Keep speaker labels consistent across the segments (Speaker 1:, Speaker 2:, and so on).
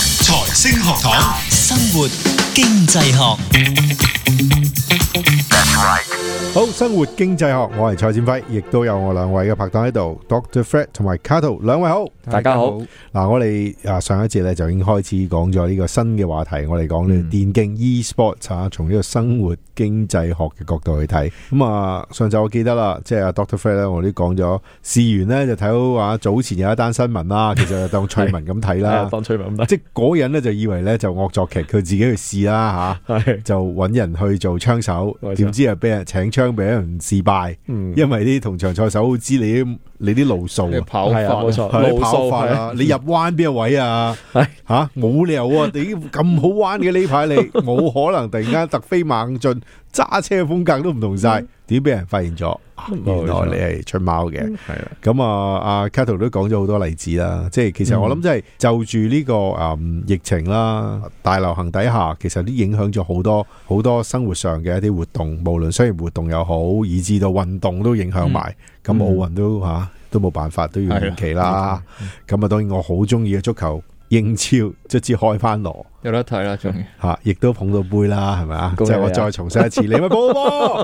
Speaker 1: 星學堂，
Speaker 2: 生活經濟學，
Speaker 3: 好，生活經濟學，我係蔡展輝，亦都有我兩位嘅拍檔喺度，Doctor Fred 同埋 Cato，兩位好。
Speaker 4: 大家好，
Speaker 3: 嗱，我哋啊上一節咧就已經開始講咗呢個新嘅話題，我哋講
Speaker 4: 嗯
Speaker 3: 呢個電競 e-sports 啊，從呢個生活經濟學嘅角度去睇。咁啊，上晝我記得啦，即係啊 Doctor Fred 咧，我都講咗，事完呢就睇到話早前有一單新聞 啦，其實就當趣聞咁睇啦
Speaker 4: 係，啊當吹文咁
Speaker 3: 即係嗰個人咧就以為咧就惡作劇，佢自己去試啦吓。
Speaker 4: 得，係
Speaker 3: 就揾人去做槍手
Speaker 4: 冇，錯
Speaker 3: 點知又俾人請槍，俾人自敗，
Speaker 4: 嗯，
Speaker 3: 因為啲同場賽手好知你啲你啲路數
Speaker 5: 你
Speaker 3: 啊，
Speaker 5: 跑法
Speaker 4: 係啊冇錯
Speaker 3: 係你
Speaker 4: 路數
Speaker 3: 跑法啊，你入彎邊個位啊
Speaker 4: 係？
Speaker 3: 吓冇理由啊！你咁好彎嘅呢排你冇可能突然間突飛猛進，揸車嘅風格都唔同晒，點俾人發現咗？啊
Speaker 4: 冇
Speaker 3: 原
Speaker 4: 錯
Speaker 3: 來你係出貓嘅。
Speaker 4: 係啦，
Speaker 3: 咁啊，阿 Cato 都講咗好多例子啦，即係其實我諗即係就住呢、個嗯疫情啦、大流行底下，其實都影響咗好多好多生活上嘅一啲活動，無論商業活動又好，以至到運動都影響埋。咁、
Speaker 4: 嗯
Speaker 3: 奧運都嚇、都冇辦法都要延期啦。咁啊，當然我好中意嘅足球英超卒之開翻鑼。
Speaker 5: 有得睇啦，仲要
Speaker 3: 吓，亦都捧到杯啦，係咪啊？即
Speaker 4: 恭喜
Speaker 3: 係
Speaker 4: 你啊
Speaker 3: 我再重申一次，你咪報波。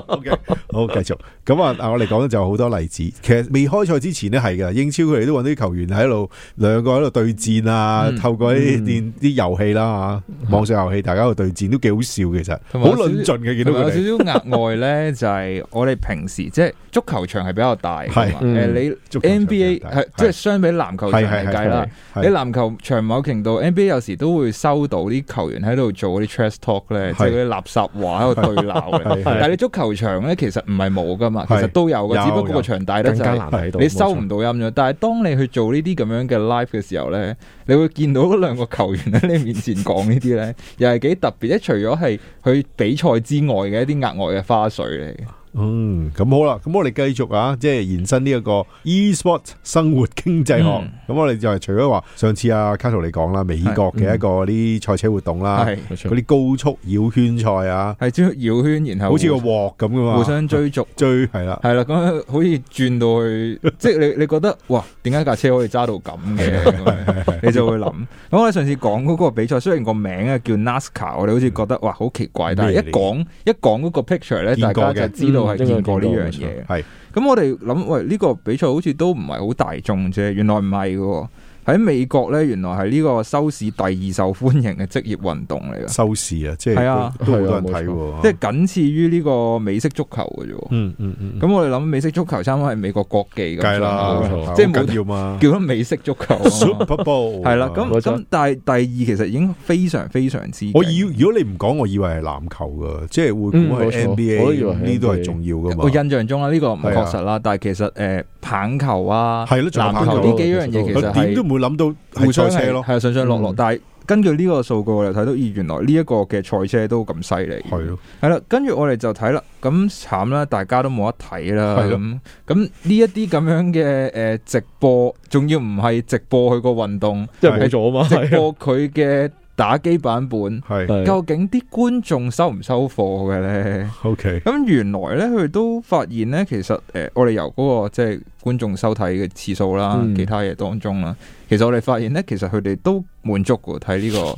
Speaker 3: OK，好，繼續。咁啊，啊我哋講嘅就好多例子。其實未開賽之前呢，係嘅，英超佢哋都揾啲球員喺度，兩個喺度對戰啊，
Speaker 5: 嗯
Speaker 3: 透過啲電啲遊戲啦吓，網上遊戲大家喺度對戰都幾好笑，其實
Speaker 5: 同埋
Speaker 3: 好
Speaker 5: 有少少
Speaker 3: 論盡嘅，見到
Speaker 5: 同埋
Speaker 3: 佢
Speaker 5: 有
Speaker 3: 哋
Speaker 5: 少少額外咧，就係我哋平時即係足球場係比較大㗎
Speaker 3: 係
Speaker 5: 嘛，
Speaker 4: 嗯
Speaker 5: 誒你
Speaker 3: 足球場
Speaker 5: NBA
Speaker 3: 大
Speaker 5: 係即係相比籃球場
Speaker 3: 係係
Speaker 5: 嚟計啦，
Speaker 3: 係
Speaker 5: 你籃球場某程度 NBA 有時都會收到啲球員喺度做嗰啲 trash talk 咧，
Speaker 3: 係
Speaker 5: 即係嗰啲垃圾話喺度對鬧 嘅。
Speaker 3: 係係
Speaker 5: 但係你足球場咧，其實唔係冇噶嘛，其
Speaker 3: 係
Speaker 5: 實都有
Speaker 3: 有
Speaker 5: 嘅，只不過
Speaker 3: 有
Speaker 5: 個場大得
Speaker 4: 更
Speaker 5: 就
Speaker 4: 加
Speaker 5: 係
Speaker 4: 難睇到，
Speaker 5: 你收
Speaker 4: 冇
Speaker 5: 唔
Speaker 4: 錯
Speaker 5: 到音咗，但係當你去做呢啲咁樣嘅 live 嘅時候咧，你會見到嗰兩個球員喺你面前講呢 啲咧，又係幾特別。即係除咗係佢比賽之外嘅一啲額外嘅花絮嚟嘅。
Speaker 3: 嗯，咁好啦，咁我哋繼續啊，即係延伸呢一個 e-sport 生活經濟學。咁、
Speaker 5: 嗯
Speaker 3: 我哋就係除咗話上次阿卡圖你講啦，美國嘅一個啲賽車活動啦，
Speaker 5: 嗯係
Speaker 4: 啊冇錯
Speaker 3: 嗰啲高速繞圈賽啊，
Speaker 5: 係將繞圈，然後
Speaker 3: 好似個鑊咁噶嘛，
Speaker 5: 互
Speaker 4: 啊
Speaker 5: 相追逐。
Speaker 3: 追係啦，
Speaker 5: 係啦，咁樣好似轉 到去，即係你你覺得哇，點解架車可以揸到咁嘅？咁 樣你就會諗。咁我哋上次講嗰個比賽，雖然個名啊叫 NASCAR，我哋好似覺得哇好奇怪，但係
Speaker 3: 咩嚟
Speaker 5: 一講一講嗰個 picture 咧，
Speaker 3: 見
Speaker 5: 大
Speaker 3: 過嘅嗯
Speaker 5: 家就知道係見過呢樣
Speaker 4: 嗯應該見
Speaker 5: 嘢。
Speaker 3: 過冇錯係
Speaker 5: 咁我哋諗，喂呢個比賽好似都唔係好大眾啫，原來唔係嘅喎。喺美國咧，原來係呢個收視第二受歡迎嘅職業運動嚟嘅，
Speaker 3: 收視啊，即係
Speaker 5: 係啊
Speaker 3: 都都好多人睇
Speaker 4: 係
Speaker 3: 喎，
Speaker 5: 即係僅次於呢個美式足球嘅啫喎。
Speaker 3: 嗯嗯嗯，
Speaker 5: 咁我哋諗美式足球差唔多係美國國技咁
Speaker 3: 梗係啦
Speaker 5: 上下，
Speaker 4: 冇錯
Speaker 3: 即
Speaker 5: 即
Speaker 3: 係
Speaker 5: 係
Speaker 3: 緊
Speaker 5: 冇
Speaker 3: 要嘛
Speaker 5: 叫咗美式足球啊
Speaker 3: ，Super Bowl
Speaker 5: 嘛，係啦。
Speaker 4: 冇錯
Speaker 5: 咁咁，但係第二其實已經非常非常之勁，
Speaker 3: 我以如果你唔講，我以為係籃球噶，即係會估
Speaker 4: 嗯冇
Speaker 3: 係
Speaker 4: 錯我都以為
Speaker 3: NBA
Speaker 4: 係
Speaker 3: 呢都係
Speaker 4: NBA
Speaker 3: 重要噶嘛
Speaker 5: 我。印象中啦，呢個唔
Speaker 3: 係啊
Speaker 5: 確實啦，但係其實誒棒球啊、
Speaker 3: 係咯仲有
Speaker 5: 籃
Speaker 3: 棒
Speaker 5: 球
Speaker 3: 球
Speaker 5: 呢幾樣嘢其
Speaker 3: 佢
Speaker 5: 實
Speaker 3: 點都
Speaker 5: 係
Speaker 3: 唔會諗到
Speaker 5: 互
Speaker 3: 係
Speaker 5: 相
Speaker 3: 賽車咯，
Speaker 5: 係啊上上落落
Speaker 4: 嗯，
Speaker 5: 但係。根據呢個數據，我哋睇到，咦，原來呢一個嘅賽車都咁犀利，
Speaker 3: 係咯，
Speaker 5: 係啦，跟住我哋就睇啦，咁慘啦，大家都冇得睇啦，
Speaker 3: 係咯
Speaker 5: 咁咁呢一啲咁樣嘅誒直播，仲要唔係直播佢個運動，
Speaker 4: 即係冇咗啊嘛，
Speaker 5: 直
Speaker 4: 係啊
Speaker 5: 播佢嘅打機版本，
Speaker 3: 係
Speaker 4: 係
Speaker 5: 究竟啲觀眾收唔收貨嘅咧？
Speaker 3: OK，
Speaker 5: 咁原來咧，佢都發現咧，其實誒、呃我哋由嗰、個即係觀眾收睇嘅次數啦，
Speaker 4: 嗯
Speaker 5: 其他嘢當中啦，其實我哋發現咧，其實佢哋都滿足嘅睇 呢個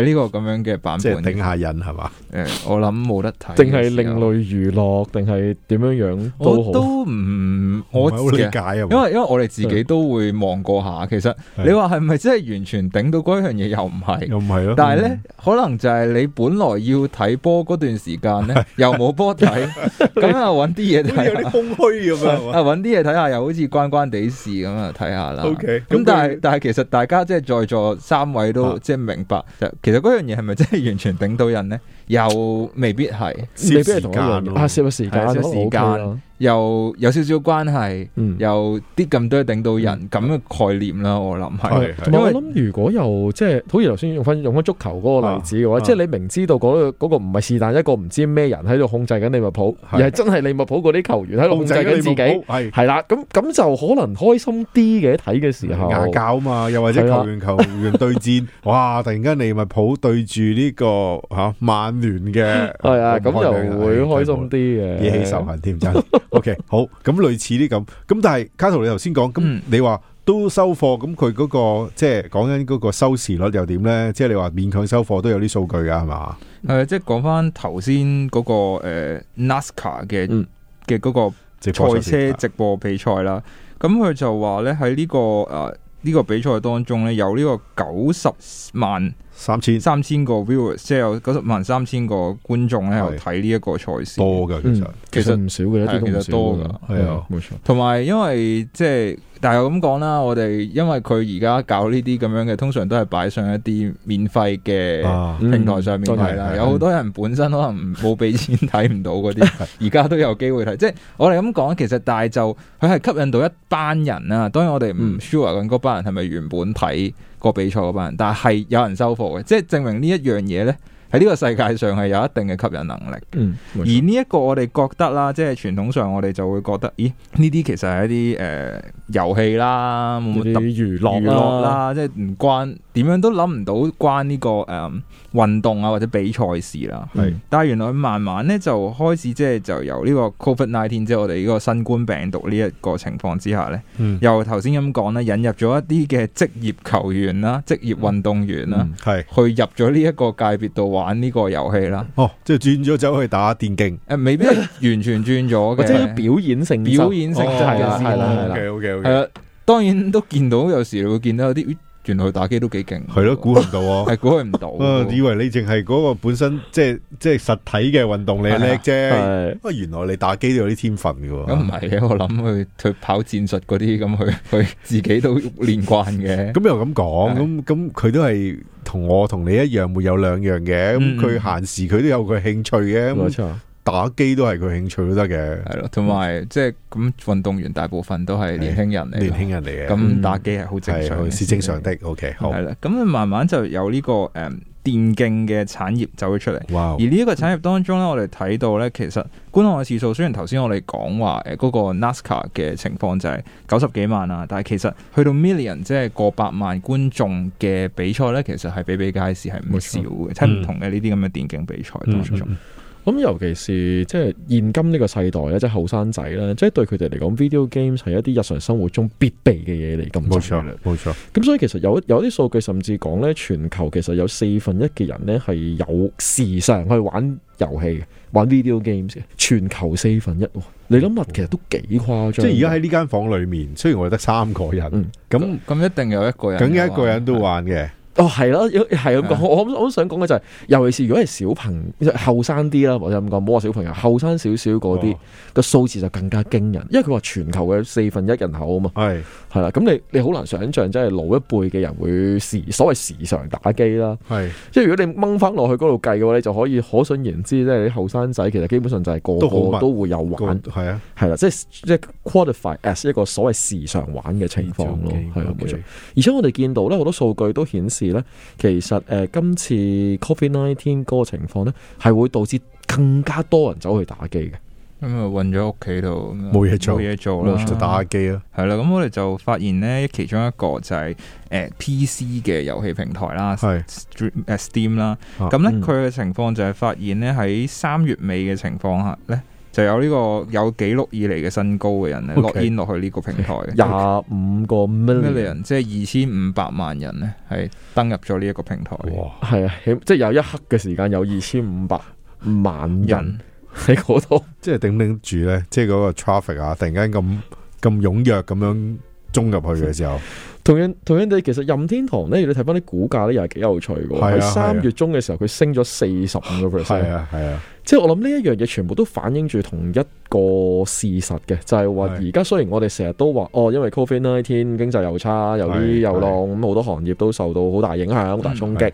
Speaker 5: 睇呢個咁樣嘅版
Speaker 3: 即係
Speaker 5: 本。
Speaker 3: 頂
Speaker 5: 誒、
Speaker 3: 下癮係嘛？
Speaker 5: 我諗冇得睇嘅時候，
Speaker 4: 定係另類娛樂，定係點樣樣都
Speaker 5: 我
Speaker 4: 好，
Speaker 5: 都唔我
Speaker 3: 唔係好理
Speaker 5: 嘅
Speaker 3: 解啊
Speaker 5: 因
Speaker 3: 嘛，
Speaker 5: 為因為我哋自己都會望過下，其實
Speaker 3: 係
Speaker 5: 你話係咪真係完全頂到嗰樣嘢又唔係？
Speaker 3: 又唔係咯。
Speaker 5: 但係咧，可能就係你本來要睇波嗰段時間 咧，又冇波睇，咁啊揾啲嘢
Speaker 3: 好似有
Speaker 5: 睇
Speaker 3: 啲
Speaker 5: 下，
Speaker 3: 空虛咁樣係嘛
Speaker 5: 啊揾啲嘢睇下，又好似關關地事咁啊睇下啦。
Speaker 3: OK，
Speaker 5: 咁
Speaker 3: 咁
Speaker 5: 但
Speaker 3: 佢
Speaker 5: 係但係其實大家即係在座三位
Speaker 3: 啊
Speaker 5: 都即係明白，就其實嗰樣嘢係咪真係完全頂到人咧？又未必係，
Speaker 4: 未必係同一樣嘢啊，
Speaker 3: 攝時間咯
Speaker 4: 攝時間，
Speaker 5: 係攝時間
Speaker 4: 我覺得 OK 啦
Speaker 5: 又有少少關係。
Speaker 4: 啊嗯。
Speaker 5: 有啲咁多頂到人咁嘅概念啦，我諗係。
Speaker 3: 嗯係
Speaker 4: 係，同
Speaker 5: 因
Speaker 4: 埋我
Speaker 5: 為
Speaker 4: 諗，如果又即係，好似頭先用翻用翻足球嗰個例子嘅話，
Speaker 3: 啊
Speaker 4: 即係你明知道嗰個嗰個唔係是但一個唔知咩人喺度控制緊利物浦，
Speaker 3: 係
Speaker 4: 而係真係利物浦嗰啲球員喺度控制緊自己，
Speaker 3: 係
Speaker 4: 係啦，咁咁就可能開心啲嘅睇嘅時候，
Speaker 3: 牙教嘛，又或者
Speaker 4: 係啦
Speaker 3: 球員球員對 戰，哇！突然間利物浦對住呢個吓曼聯嘅，
Speaker 4: 係啊，咁
Speaker 3: 我唔開名
Speaker 4: 又
Speaker 3: 啊
Speaker 4: 會
Speaker 3: 唉
Speaker 4: 開
Speaker 3: 真係
Speaker 4: 心啲嘅，
Speaker 3: 惹起仇恨添真係。OK，好，咁類似啲咁，咁但係卡圖你頭先講，咁
Speaker 5: 嗯
Speaker 3: 你話都收貨，咁佢嗰個即係講緊嗰個收視率又點呢？即係你話勉強收貨都有啲數據㗎，係嘛？
Speaker 5: 诶，即係講翻頭先嗰個诶 NASCAR 嘅
Speaker 4: 嗯
Speaker 5: 嘅嗰個
Speaker 3: 直播數據
Speaker 5: 賽車直播比賽啦。咁佢就話咧喺呢個诶呢個比賽當中咧，有呢個九十萬
Speaker 3: 三千
Speaker 5: 三千個 viewers，即係有九十萬三千個觀眾咧，有
Speaker 3: 係
Speaker 5: 睇呢一個賽事。
Speaker 3: 多㗎，其實
Speaker 4: 嗯其實唔少嘅，一啲都唔
Speaker 5: 係其實多
Speaker 4: 少㗎
Speaker 5: 㗎
Speaker 3: 係啊，
Speaker 4: 冇錯。
Speaker 5: 同埋因為即係，但係我咁講啦，我哋因為佢而家搞呢啲咁樣嘅，通常都係擺上一啲免費嘅
Speaker 4: 嗯
Speaker 3: 啊，
Speaker 5: 平台上面睇啦。
Speaker 3: 嗯
Speaker 5: 有好多人本身可能唔冇俾錢睇唔到嗰
Speaker 4: 嗯
Speaker 5: 啲， 而家都有機會睇。即係我哋咁講，其實但係就佢係吸引到一班人啦。當然我哋唔
Speaker 4: 嗯
Speaker 5: sure 緊嗰班人係咪原本睇個比賽嗰班人，但係有人收貨嘅，即係證明呢一樣嘢呢，喺呢個世界上係有一定嘅吸引能力。
Speaker 4: 嗯，
Speaker 5: 而
Speaker 4: 冇錯
Speaker 5: 呢一個我哋覺得啦，即係傳統上我哋就會覺得，咦？呢啲其實係一啲誒、呃、遊戲啦，
Speaker 4: 呢
Speaker 5: 冇乜特
Speaker 4: 啲
Speaker 5: 別
Speaker 4: 娛
Speaker 5: 娛
Speaker 4: 樂啊
Speaker 5: 樂
Speaker 4: 啦，
Speaker 5: 啦，即係唔關點樣都諗唔到關呢、個誒、嗯運動啊或者比賽事啦。
Speaker 4: 嗯
Speaker 3: 係
Speaker 5: 但係原來慢慢咧就開始即係就由呢個 Covid nineteen 即係我哋呢個新冠病毒呢一個情況之下咧，
Speaker 3: 嗯
Speaker 5: 又頭先咁講啦，引入咗一啲嘅職業球員啦、職業運動員啦，
Speaker 4: 嗯
Speaker 3: 係
Speaker 5: 去入咗呢一個界別度玩呢個遊戲啦。
Speaker 3: 哦，即係轉咗走去打電競。
Speaker 5: 誒、未必係完全轉咗
Speaker 4: 或
Speaker 5: 嘅，
Speaker 4: 者啲表演性質
Speaker 5: 表演性質
Speaker 4: 哦係啦
Speaker 5: 嘅
Speaker 4: 係啦係啦。
Speaker 3: OK，OK，OK
Speaker 5: 係啊啦，當然都見到有時會見到有啲咦原來佢打機都幾勁，
Speaker 3: 係咯，估唔到喎。
Speaker 5: 係估佢唔到
Speaker 3: 啊，以
Speaker 5: 喎。
Speaker 3: 為你淨係嗰個本身即係即係實體嘅運動你係叻啫，
Speaker 4: 係
Speaker 3: 不過原來你打機都有啲天分嘅喎。
Speaker 5: 咁唔係嘅，我諗佢佢跑戰術嗰啲咁， 佢佢自己都練慣嘅。
Speaker 3: 咁又咁講，咁咁佢都係同我同你一樣，會有兩樣嘅。咁
Speaker 5: 嗯
Speaker 3: 佢閒時佢都有佢興趣嘅，
Speaker 4: 冇
Speaker 3: 咁
Speaker 4: 錯。
Speaker 3: 打機都係佢興趣都得嘅。
Speaker 5: 係咯，同埋即係咁，運動員大部分都係年輕人嚟㗎，
Speaker 3: 年輕人嚟嘅，
Speaker 5: 咁打機係好正
Speaker 3: 係
Speaker 5: 常嘅，
Speaker 3: 係正常的。OK，好
Speaker 5: 係，啦，咁啊慢慢就有呢個誒電競嘅產業走咗出嚟。
Speaker 3: 哇
Speaker 5: 而，呢一個產業當中咧，我哋睇到咧，其實觀看嘅次數雖然頭先我哋講話誒嗰個 NASCAR 嘅情況就係九十幾萬啊，但係其實去到 million 即係過百萬觀眾嘅比賽咧，其實係比比皆是，係唔少嘅，即係唔同嘅呢啲咁嘅電競比賽
Speaker 3: 嗯
Speaker 5: 當中。
Speaker 4: 咁尤其是即係現今呢個世代咧，即係後生仔咧，即係對佢哋嚟講，video games 係一啲日常生活中必備嘅嘢嚟咁
Speaker 3: 冇
Speaker 4: 滯㗎啦
Speaker 3: 錯，冇錯，
Speaker 4: 咁所以其實有有啲數據甚至講咧，全球其實有四分一嘅人咧係有時常去玩遊戲嘅，玩 video games 嘅，全球四分一喎。你諗下，其實都幾誇張。
Speaker 3: 即係而家喺呢間房裏面，雖然我哋得三個人
Speaker 4: 嗯，
Speaker 3: 咁
Speaker 5: 咁一定有一個人，
Speaker 3: 梗有一個人都。玩嘅，
Speaker 4: 哦，係啦，有係咁
Speaker 5: 係啊
Speaker 4: 講，我我我都想講嘅就係、尤其是如果係小朋後生啲啦，或者咁講，冇話小朋友後生少少嗰啲
Speaker 3: 哦
Speaker 4: 個數字就更加驚人，因為佢話全球嘅四分一人口啊嘛，
Speaker 3: 係
Speaker 4: 係啦，咁你你好難想象，即係老一輩嘅人會時所謂時常打機啦，
Speaker 3: 係
Speaker 4: 即係如果你掹翻落去嗰度計嘅話，你就可以可想而知，即係你後生仔其實基本上就係
Speaker 3: 都好
Speaker 4: 個
Speaker 3: 密
Speaker 4: 個都會有
Speaker 3: 個
Speaker 4: 玩，
Speaker 3: 係啊，
Speaker 4: 係啦，即係即係 qualify as 一個所謂時常玩嘅情況咯，係啊，冇錯。而且我哋見到咧，好多數據都顯示咧，其實誒、呃今次 Covid nineteen 嗰個情況咧，係會導致更加多人走去打機嘅。
Speaker 5: 咁啊，困咗屋企度，咁啊
Speaker 3: 冇嘢做
Speaker 5: 冇嘢做
Speaker 3: 冇
Speaker 5: 啦，
Speaker 3: 錯就打機啦，
Speaker 5: 係啦，咁我哋就發現咧，其中一個就係、呃 PC 嘅遊戲平台啦
Speaker 3: 係
Speaker 5: ，Steam 呃 Steam 啦。
Speaker 3: 啊
Speaker 5: 咁咧
Speaker 4: 嗯
Speaker 5: 佢嘅情況就係發現咧喺三月尾嘅情況下咧，就有呢個有記錄以嚟嘅新高嘅人咧
Speaker 3: OK
Speaker 5: 落煙落去呢個平台嘅。
Speaker 4: 廿五個 million，
Speaker 5: million 即係二千五百萬人咧，係登入咗呢一個平台。
Speaker 3: 哇，
Speaker 4: 係啊，起即係有一刻嘅時間有二千五百萬人
Speaker 5: 人
Speaker 4: 喺嗰度。
Speaker 3: 即係頂唔頂住咧，即係嗰個 traffic 啊，突然間咁咁踴躍咁樣衝入去嘅時候，
Speaker 4: 同樣同樣地，其實任天堂咧，你睇翻啲股價咧，又係幾有趣嘅
Speaker 3: 係啊
Speaker 4: 喎。喺三月中嘅時候，佢升咗四十五個 percent
Speaker 3: 係。啊係啊，
Speaker 4: 即係我諗呢一樣嘢，全部都反映住同一個事實嘅，就係話
Speaker 3: 係
Speaker 4: 而家雖然我哋成日都話哦，因為 Covid nineteen 經濟又差，又
Speaker 3: 係嗯
Speaker 4: 啲又浪，咁好多行業都受到好大影響、好大衝擊。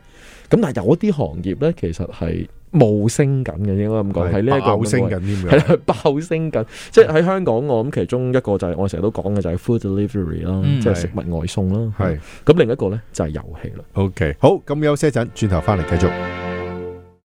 Speaker 4: 咁但係有一啲行業咧，其實係冇升緊嘅，應該咁
Speaker 3: 係
Speaker 4: 講，係呢一個
Speaker 3: 爆升
Speaker 4: 咁
Speaker 3: 緊添
Speaker 4: 講係
Speaker 3: 嘅
Speaker 4: 啦，，係爆升緊。即係喺香港，我諗其中一個就係、我成日都講嘅就係 food delivery 啦，
Speaker 5: 嗯
Speaker 4: 即係
Speaker 3: 係
Speaker 4: 食物外送啦。
Speaker 3: 係。
Speaker 4: 咁另一個咧就係遊戲啦。
Speaker 3: OK，好，咁休息一陣，轉頭翻嚟繼續。